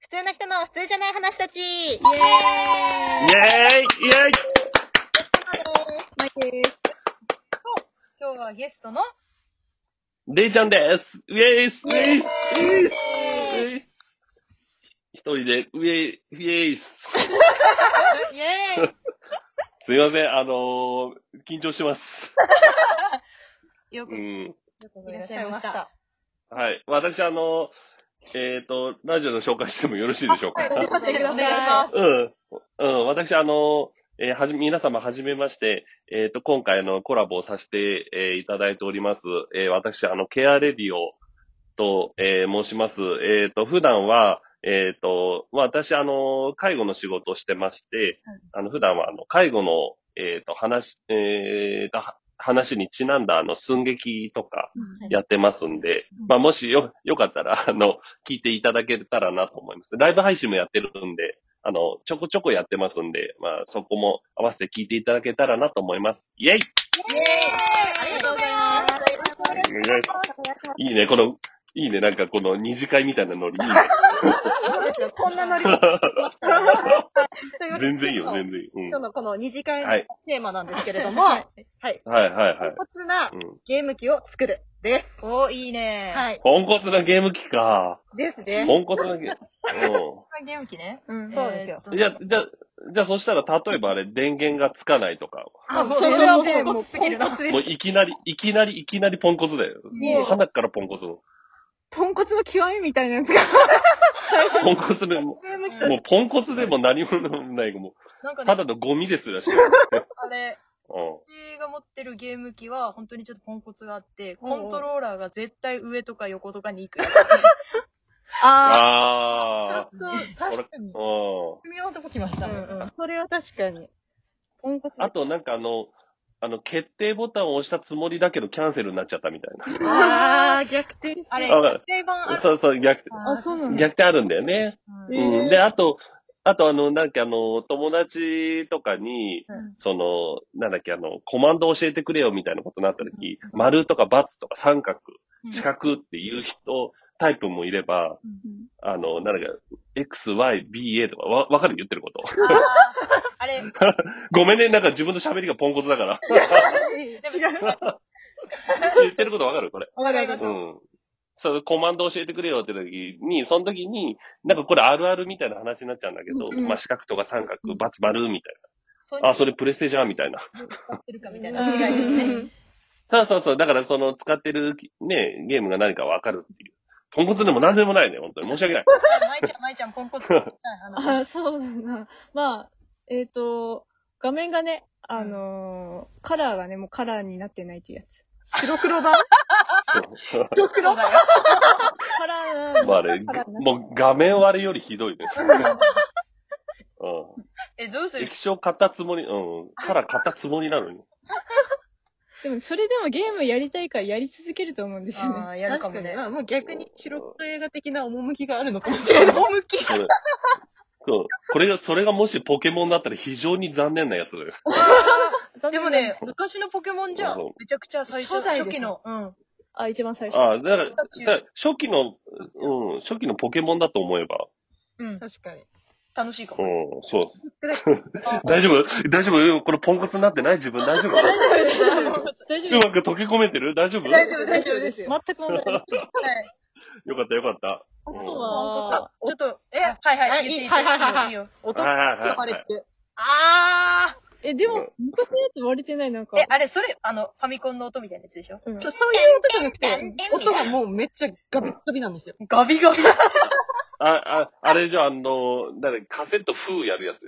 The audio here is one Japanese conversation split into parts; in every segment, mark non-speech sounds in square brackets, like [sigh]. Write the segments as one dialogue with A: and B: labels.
A: 普通の人の普通じゃない話たちイエーイ
B: イェーイイェーイ
C: マイケです。
A: 今日はゲストの
B: レイちゃんですウェイスウェイスウェイスウ
A: イ
B: ェイス一人で、ウェイ、ウェイス。
A: エーイ
B: すいません、あのー、緊張してます。
C: よ
B: う
C: く、
B: ん。
A: いらっしゃいました。
B: はい。私、あのー、えっ、と、ラジオの紹介してもよろしいでしょうか。
A: お願いし
C: お願いし
A: ま。
C: ます
B: うん。うん。私、あの、えーはじ、皆様、はじめまして、えっ、と、今回、あの、コラボをさせて、えーいただいております。えー私、あの、ケアレディオと、えー申します。えっ、と、普段は、えっ、と、まあ私、あの、介護の仕事をしてまして、あの、普段は、あの、介護の、えっ、と、話、えーと、は話にちなんだ、あの、寸劇とか
A: はい
B: やってますんで、
A: うん
B: まあ、もしよ、よかったら、あ [laughs] の、聞いていただけたらなと思います。ライブ配信もやってるんで、あの、ちょこちょこやってますんで、まあ、そこも合わせて聞いていただけたらなと思います。イ
A: イ
B: ェイ
A: エーイありがとうございます。
B: いいね、この、いいね、なんかこの二次会みたいなノリ、いいね。
C: こんなノリ。
B: 全然いいよ、全然いい。うん
C: 今日。のこの二次会の
B: はい
C: テーマなんですけれども、
A: は
C: はいい。
B: はい、はい、はい。
C: ポンコツな
B: うん、
C: ゲーム機を作る。です。
A: おー、いいね。い。
C: はい。
B: ポンコツなゲーム機か。
C: ですね。
B: ポンコツなゲー
D: [laughs]
B: ム。
A: ゲーム機ね。
C: うん、そうですよ。
B: うん。じゃ、じゃ、じゃあそしたら、例えばあれ、電源がつかないとか、
A: あ
C: もう
A: それは
C: ね
A: ポンコツすぎるな
C: もうポンコツです
B: もういきなり、いきなり、いきなりポンコツだよ。もう、鼻からポンコツ。
C: ポンコツの極みみたいなやつが。
B: ポンコツでも、
C: ゲーム機と
B: もうポンコツでも何もない、も
A: なん
B: う、
A: か
B: た
A: ね、
B: だのゴミですらしい。
A: あれ、
B: うん。
A: 私が持ってるゲーム機は、本当にちょっとポンコツがあって、
C: うんう
A: コ
C: ん
A: ントローラーが絶対上とか横とかに行く。
C: あ
B: ああ。
A: ちょっと確かに。
B: う
A: 微妙なとこ来まし
C: あ、
A: た
C: う
A: ね。
C: んうん。それは確かに。ポンコツ
B: ん。あとなんかあの、あの、決定ボタンを押したつもりだけどキャンセルになっちゃったみたい
C: あー、逆転して
A: あれ、
B: あわかる
A: 決定版あ
B: な。
A: る。
B: そうそう、逆、
C: あそうなの
B: 逆転あるんだよね。
A: うん
C: えー
B: うん。で、あと、あとあの、なんかあの、友達とかに、
A: うん
B: その、なんだっけ、あの、コマンド教えてくれよみたいなことになった時、丸とか×とか三角、四角っていう人、タイプもいれば、あの、なんだっけ、X、Y、B、A とか、わ、わかる言ってること。 [laughs]
A: あーあれ、
B: ごめんね、なんか自分の喋りがポンコツだ
C: [laughs]
B: から。
C: 違う。
B: 言ってることわかるこれ。
C: わかるわかる。
B: うん。そう、コマンド教えてくれよって時に、その時に、なんかこれあるあるみたいな話になっちゃうんだけど、
C: うんうん
B: まあ四角とか三角、バツバルみたい
A: そういう
B: な。
A: の
B: あ、それプレステじゃんみたいな。
A: 使ってるかみたいな
C: 違
A: 違いですね。
C: い
B: そうそうそう。だからその使ってるね、ゲームが何かわかるっていう。ポンコツでも何でもないね、本当に。申し訳ない。
A: まいちゃん、まいちゃん、ポンコツ。はいあの
C: あ、そうなんだ。まあ、えっ、と、画面がね、あのーカラーがね、もうカラーになってないというやつ。白黒版
B: そう
C: 白黒
A: だ
C: 版
A: よ
C: カラー。
B: まああれ、もう画面割れよりひどいね。うん。
A: え、どうする
B: 液晶買ったつもり、うん。から買ったつもりなのに。
C: でも、それでもゲームやりたいからやり続けると思うんですよ
A: あ
C: ね。
A: あ、やるかもね。
E: まあ、もう逆に白黒映画的な趣があるのかもしれない。
A: 趣
B: それ。そう。これが、それがもしポケモンだったら非常に残念なやつだよ。
A: でもね、昔のポケモンじゃ
B: そう、
A: めちゃくちゃ最初、
C: 初代です
A: 初期の。うん。
C: あ、一番最初。
B: ああ、だから、だから初期の、うん、初期のポケモンだと思えば、
A: うん。
E: 確かに。
A: 楽しいか
B: う
A: も。
B: ん、そう。
A: あ
B: [laughs] 大丈夫大丈夫これポンコツになってない自分大丈夫う
C: 大丈夫
B: まく溶け込めてる大丈夫
A: 大丈夫、大丈夫ですよ。
C: 全く問題ない。
A: はい。
B: よかったよかった。
C: あ
B: うん
C: と
A: あ
C: は、
A: ちょっと、え、はいは。
E: はいい
A: 言って
E: いいはいはいはいはい
A: いよ。
E: 音
B: はいはい
E: が
B: はい
E: 割
B: は
E: れ
B: い。
E: てる。
A: あー
C: え、でも、昔のやつ割れてない、なんか。
A: え、あれ、それ、あの、ファミコンの音みたいなやつでしょ
C: うん
E: そうそういう音じゃなく
A: てん
E: て
A: てん、
E: 音がもうめっちゃガビッガビなんですよ。
A: ガビガビ。
B: あ、あ、あれじゃあ、あの、だね、カセット風やるやつ。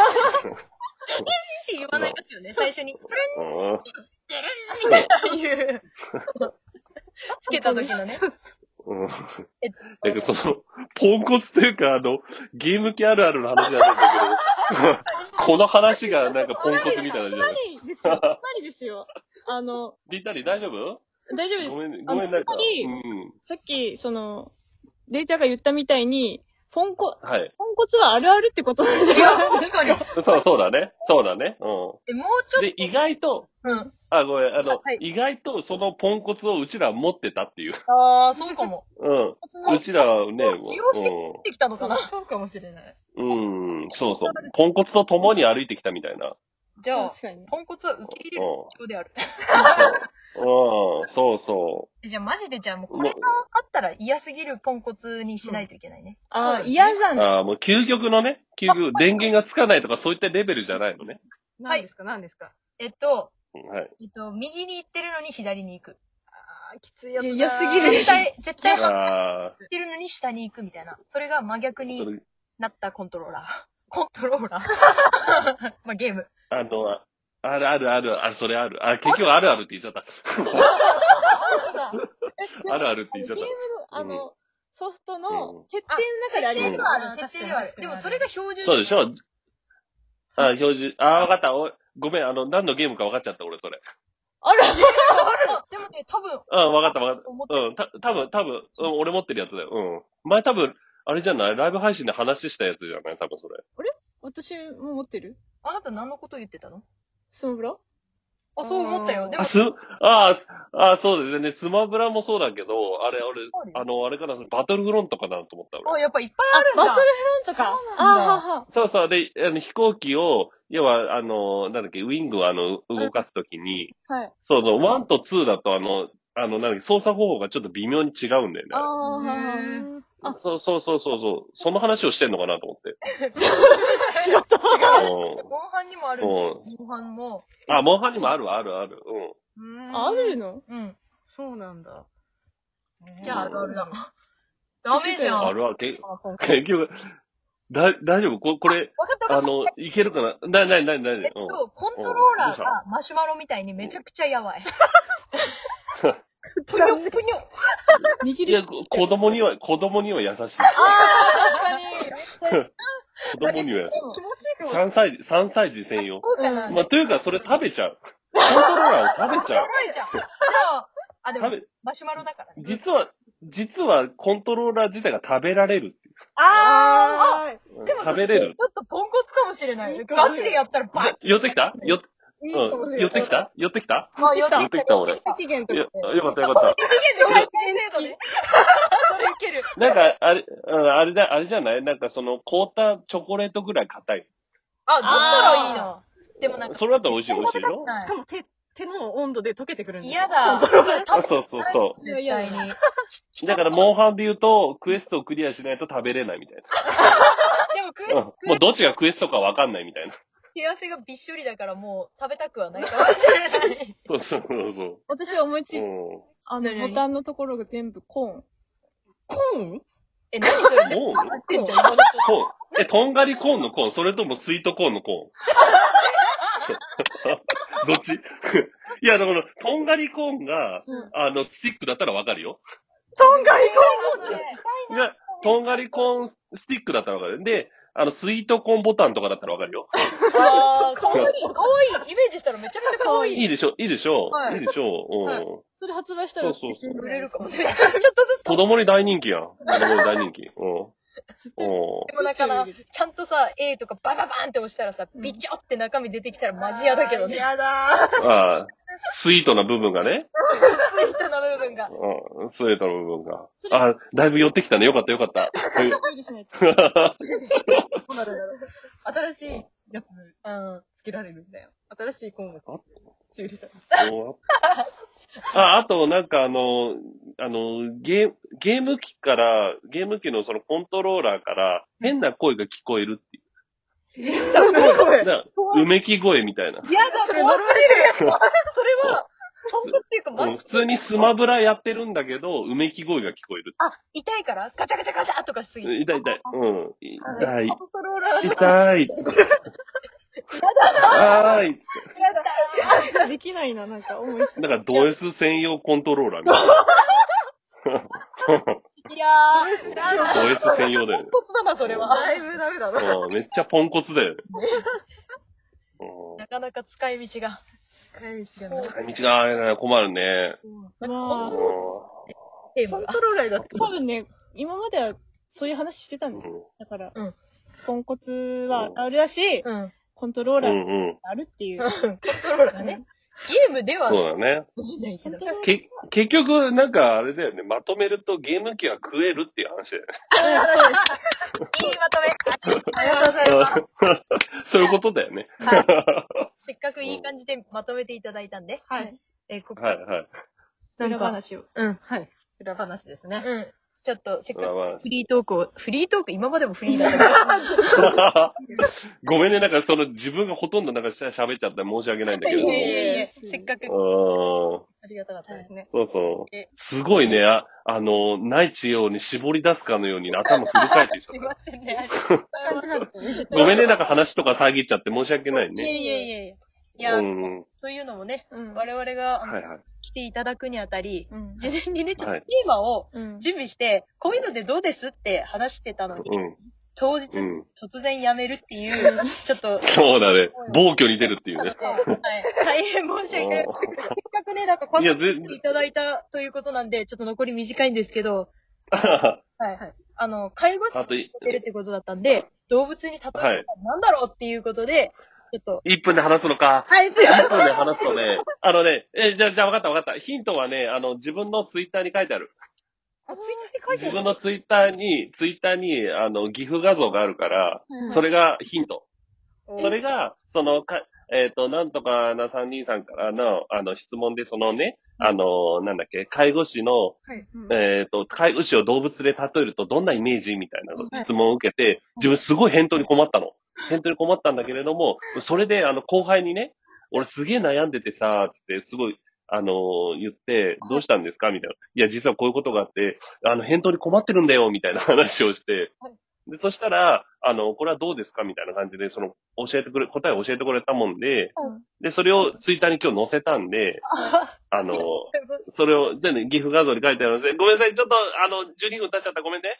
A: って言わないやつよね、最初に。プルン
B: うん。
A: っていう。つけた時のね。
B: うん。
A: え
B: なんかその、ポンコツというか、あの、ゲーム機あるあるの話なんだけど、この話がなんかポンコツみたいなじゃない
C: りですよ。かなりですよ。あの、
B: りったり大丈夫
C: 大丈夫です
B: ご。めん、ごめんなんか。
C: あのやっぱり
B: うん。
C: さっき、その、レイちゃんが言ったみたいに、ポンコ、
B: はい。
C: ポンコツはあるあるってことなんじゃ
E: いや、
C: ない
E: 確かに。
B: そう、そうだね。そうだね。う。
E: え、もうんちょ
B: で
E: っ、
B: 意外と、
E: と、うん。
B: あ、ごめん、あ
E: あ
B: の
E: はい、
B: 意外とそのポンコツをうちら持ってたっていう。
E: ああ、そうかも。
B: うん。
E: こっちの
B: うちらはね、
E: もう起用して
B: も
E: てきたのかな。
D: そうかもしれない。
B: う、うん、うん、そうそう。ポンコツと共に歩いてきたみたいな。
E: じゃあ、
C: 確かにね。
E: ポンコツは受け入れる
B: う
E: 人である。
B: ん。うん、そうそ
D: えじゃあマジでじゃあもう
B: う。
D: こ
B: も
D: れ
B: う
D: があったら嫌すぎるポンコツにしないといけないね。
C: ああ、
E: そう
C: 嫌だね。
B: あーもう究極のね、究極、電源がつかないとかそういったレベルじゃないのね。
D: は
E: 何
D: い
E: ですか何ですか
D: えっと、
B: はい。
D: えっと、右に行ってるのに左に行く。
E: あーきついやつだ。
C: いや嫌すぎる
D: 絶対、絶対行っ
B: ああ、
D: てるのに下に行くみたいな。それが真逆
B: そ
D: に
B: れ、
D: なったコントローラー。 [laughs] コントローラーまあゲー [laughs] ム。
B: あの、ああるあるある、あ、それある。あ、結局あるあるって言っち
E: [laughs]
B: ゃった。あるあるって言っち
C: ゲ
B: ゃ
C: ー
B: っ
C: ム
B: た
C: の。、あ
B: う
C: の、ソフト
B: う
C: の
B: ん
C: 欠点の中であれ
B: うん
C: や
D: 設定
C: るの
D: ではある、
E: うん
D: 設定ではある
E: 確。かに
D: でもそれが標準
B: そうでし
D: [laughs]
B: ょあ、標準、あ、わかった。おごめん、あの、何のゲームかわかっちゃった、俺、それ。
C: あら、
E: あでもね、多分、
B: うん、わかった、わかっ。
E: 思った
B: うん、た、多分多分うん、俺持ってるやつだよ。うん。前多分、あれじゃないライブ配信で話したやつじゃない多分それ。
C: 私も持ってる
D: あなた何のこと言ってたの
C: スマブラ
E: あ、そう思った
D: う
E: よ。
D: ん
E: でも
B: あ、、す、ああ、そうですね。スマブラもそうだけど、あれ、俺
D: そうだ、よ
B: あの、あれからバトルフロントかなと思った、俺。
D: あ、やっぱいっぱいあるん
C: バ
D: だ。
C: トルフロントか。
D: そうなんだ
C: ああ、はは。
B: そうそう。で、あの飛行機を、要は、あの、なんだっけ、ウィングをあの、動かすときに、
C: はい。
B: そうそう、1と2だと、あの、あの、なんだっけ、操作方法がちょっと微妙に違うんだよね
C: あ。あ、はは。
E: へ
C: 違
E: ー
C: あ
B: そうそうそうそうそう。その話をしてんのかなと思って。
C: った。
B: う
D: モンハンにもあるんだよ。モンハンも。
B: ん。あ、モンハンにもあるわあるある。うん。
E: うーん
C: あるの
D: うん。
E: そうなんだ。
D: じゃああるあるだ。ダメじゃん。
B: あ
D: わか
B: るわ、け、
E: あ今回
B: [laughs] 結局、だ、大丈夫ここれ、
D: った
B: あ
D: わかっ
B: の、いけるかなな、な、な、な、
D: た。え
B: な
D: っ、と、コントローラーがマシュマロみたいにめちゃくちゃや
B: [laughs]
D: ばい。ぷにょぷにょ。
B: う
C: 握
B: ん。い
C: り。
B: や、こ子供には、子供には優しい。
D: 確かに。
B: [laughs] 子供には優しい。
D: 気持ちいいか
B: 3
D: も。
B: 歳児、三歳児専用。
D: そうかな。や
B: まあ、というか、それ食べちゃう。コントローラーを食べちゃう。
D: ばいじゃん。じゃあ、あ、でも
B: 食、べ、
D: マシュマロだからね。
B: 実は、実はコントローラー自体が食べられるってい
D: あ
E: あ
B: ううん
D: でも
B: 食べれる
D: ち。ょっとポンコツかもしれない
E: いい。かも
D: マジでやったらバッ
B: 寄ってきたよ、
E: ーいいかもし
B: う
E: れな
B: ん、
E: い。
B: 寄ってきた寄ってきた
D: まあ、寄
B: 寄ってきた俺。
E: 一元と
B: よ、
E: か
B: よ
E: で。
B: かったよかっ
D: 程度で。それいける。
B: た。なんか、あれ、うん、あれだ、あれじゃないなんかその、凍ったチョコレートぐらい硬い。
D: あ、だったらいいな。でもなんか、
B: それだったら美味しい、美味しいよ。
E: しかも手、手の温度で溶けてくるん
D: 嫌だ。それ
B: あ
D: 食
B: そうそうそ
D: べ絶対に。
B: う。だから、モンハンで言うと、クエストをクリアしないと食べれないみたい
D: でも、クエ
B: な。うん。もうどっちがクエストかわかんないみたいな。
D: 手汗がびっしょりだからもう食べたくはないかもし
B: [laughs]
D: れない。
B: そうそうそうそ
C: 私は思いつ
B: う。
C: [laughs] いた。
B: うん。
C: あの、
D: 何
C: ボタンのところが全部コーン。
E: コーン
D: え、何それ
B: コーン
D: 食ってんじゃん、今のとこ
B: コーン。え、とんがりコーンのコーンそれともスイートコーンのコーンどっち [laughs] いや、だから、とんがりコーンが、
C: うん
B: あの、スティックだったらわかるよ。
C: とんがり
D: ろちょっと痛い
B: が、とんがりコーンスティックだったらわかる。で、あの、スイートコーンボタンとかだったらわかるよ。
D: [laughs] あー、かわいい、かわいい。イメージしたらめちゃめちゃかわいい。
B: いいでしょいいでしょ、
D: はい
B: い、いでしょうん、
E: はい
C: それ発売したら
B: そうそうそう
D: 売れるかも
C: ね。
D: ね。ちょっとずつ
B: 子
D: 食べ
B: 供に大人気やん。子供に大人気。うん。うん。
D: てもだから、ちゃんとさ、A とかバババーンって押したらさ、
C: うん
D: ビチョって中身出てきたらマジ嫌だけ [laughs] どね。
E: 嫌だー。
B: ああ、スイートな部分がね。
D: そういったな部分が。
B: うん。スイートな部分が
C: そ。れ
B: あ、だいぶ寄ってきたね。よかったよかった。 [laughs]
C: 無理しないと。
E: どうなるんだろう新しいやつ
D: うん。
E: つけられるんだよ。新しいコーンが
B: あ
E: 修理さ
D: [laughs]
E: れる。
B: おあ、あと、なんかあの、あの、ゲー、ゲーム機から、ゲーム機のそのコントローラーから、変な声が聞こえるっていう。 [laughs] なうめき声みたいな。
D: 嫌だ、
E: そ
D: そ
E: れ
D: れ
E: 呪
D: は
E: わ、
D: それは、本当っていうかマ
B: う
D: ジ
B: ん普通にスマブラやってるんだけど、うめき声が聞こえる。
D: あ、痛いからガチャガチャガチャとかしすぎて。
B: 痛い痛い。うん。痛い。
D: コントローラーの
B: 痛い。あーい。
D: 嫌だ。
C: できないな、なんか思いつい
B: だから、ド S 専用コントローラーみたいな。
D: いや
B: ド S 専用だよね。
D: ポンコツだな、それは。
E: だいぶダメだな。
B: うんめっちゃポンコツだよね。
D: なかなか使い道が。
E: 返しじゃ
D: な
E: ないい。
B: うん道があれだね困るね。
C: た。
B: う
C: まあ、
B: ん
D: テー
E: コ
D: マ
E: ン
D: が。
E: トローラーだって。
C: 多分ね、今まではそういう話してたんですよ。だから、
D: うん
C: ポンコツはあるらしい、
D: うん。
C: コントロー
B: う
C: ラー
B: ん
C: が
B: うん。
C: あるっていう。
D: コントローラーがね。ゲームでは
B: そうだね。
D: 欲しいないけど。
C: 本当
B: け、結局、なんかあれだよね。まとめるとゲーム機は食えるっていう話だよね。
D: いいまとめ。ありがとうございます。
B: [laughs] そういうことだよね。
D: せっかくいい感じでまとめていただいたんで。
E: は
C: はい
E: い。
D: えーここ
B: はいはい。
D: なん
C: 裏
D: か
C: 話を。
D: うん。
E: はい。
D: 裏話です
E: [laughs]
D: ね。うん。ちょっと、せっか
B: まあ
D: く
B: まあ
D: フリートークを、フリートーク、今までもフリーだったけど。
B: ごめんね、なんかその自分がほとんどなんかしゃ喋っちゃって申し訳ないんだけど。[laughs]
D: [laughs] いえ
B: う
D: いえいえ、
C: うん
D: せっかく
B: ん。
D: ありがたかったですね。
B: そうそう
D: え。
B: すごいね、ああの、ない知恵に絞り出すかのように頭振り返ってき [laughs]
D: す
B: た
D: い
B: か
D: ま
B: ら。
D: せん [laughs] ね。ありがとうございます
B: ごめんね、なんか話とか遮っちゃって申し訳ない
D: いや
B: ね。
D: いやいやいや。いうや、
B: ん。は
D: そういうのもね、
C: うん。
D: 我々があの
B: いはい。
D: 来ていただくにあたり、
C: うん。
D: 事前にね、ちょっ
B: は
D: と
B: い
D: テーマを
C: うん。
D: 準備して、こういうのでどうですって話してたのに、
B: うん。
D: 当日
B: うん。
D: 突然やめるっていう、ちょっと、
B: そうだね。暴挙に出るって [laughs] いうね。
D: はい、大変申し訳ない。せっかくね、なんかこんな
B: や全
D: いただいたということなんで、ちょっと残り短いんですけど、
B: [laughs] あ
D: はいはい。あの、介護士さん
B: とい
D: やってるってことだったんで、動物に例えた
B: は
D: ら
B: い
D: なんだろうっていうことで、ちょっと、
B: 1分で話すのか。
D: はい、
B: 1分で話すとね、あのね、え、じゃあ、じゃあ分かった分かった。ヒントはね、あの、自分のツイッターに書いてある。
D: あ、ツイッ [laughs] ターに書い
B: 自
D: てあ
B: 分
D: る。
B: のツイッターに、ツイッターに、あの、岐阜画像があるから、
D: うん
B: それがヒント。
D: お
B: それが、その、か、えっ、と、なんとかな三人さんからの、あの、質問で、そのね、あの、なんだっけ、介護士の、
E: はい。
B: えっ、と、介護士を動物で例えるとどんなイメージみたいなの
D: はい
B: 質問を受けて、自分すごい返答に困ったの。返答に困ったんだけれども、それで、あの、後輩にね、俺すげえ悩んでてさ、つって、すごい、あの言って、どうしたんですかみたいな。いや、実はこういうことがあって、あの、返答に困ってるんだよ、みたいな話をして
D: はい。
B: で、そしたら、あの、これはどうですかみたいな感じで、その、教えてくれ、答えを教えてくれたもんで
D: う、
B: で、それをツイッターに今日載せたんで、あのそれを、でね、岐阜画像に書いてあるので、ごめんなさい、ちょっと、あの、12分経っちゃった、ごめんね。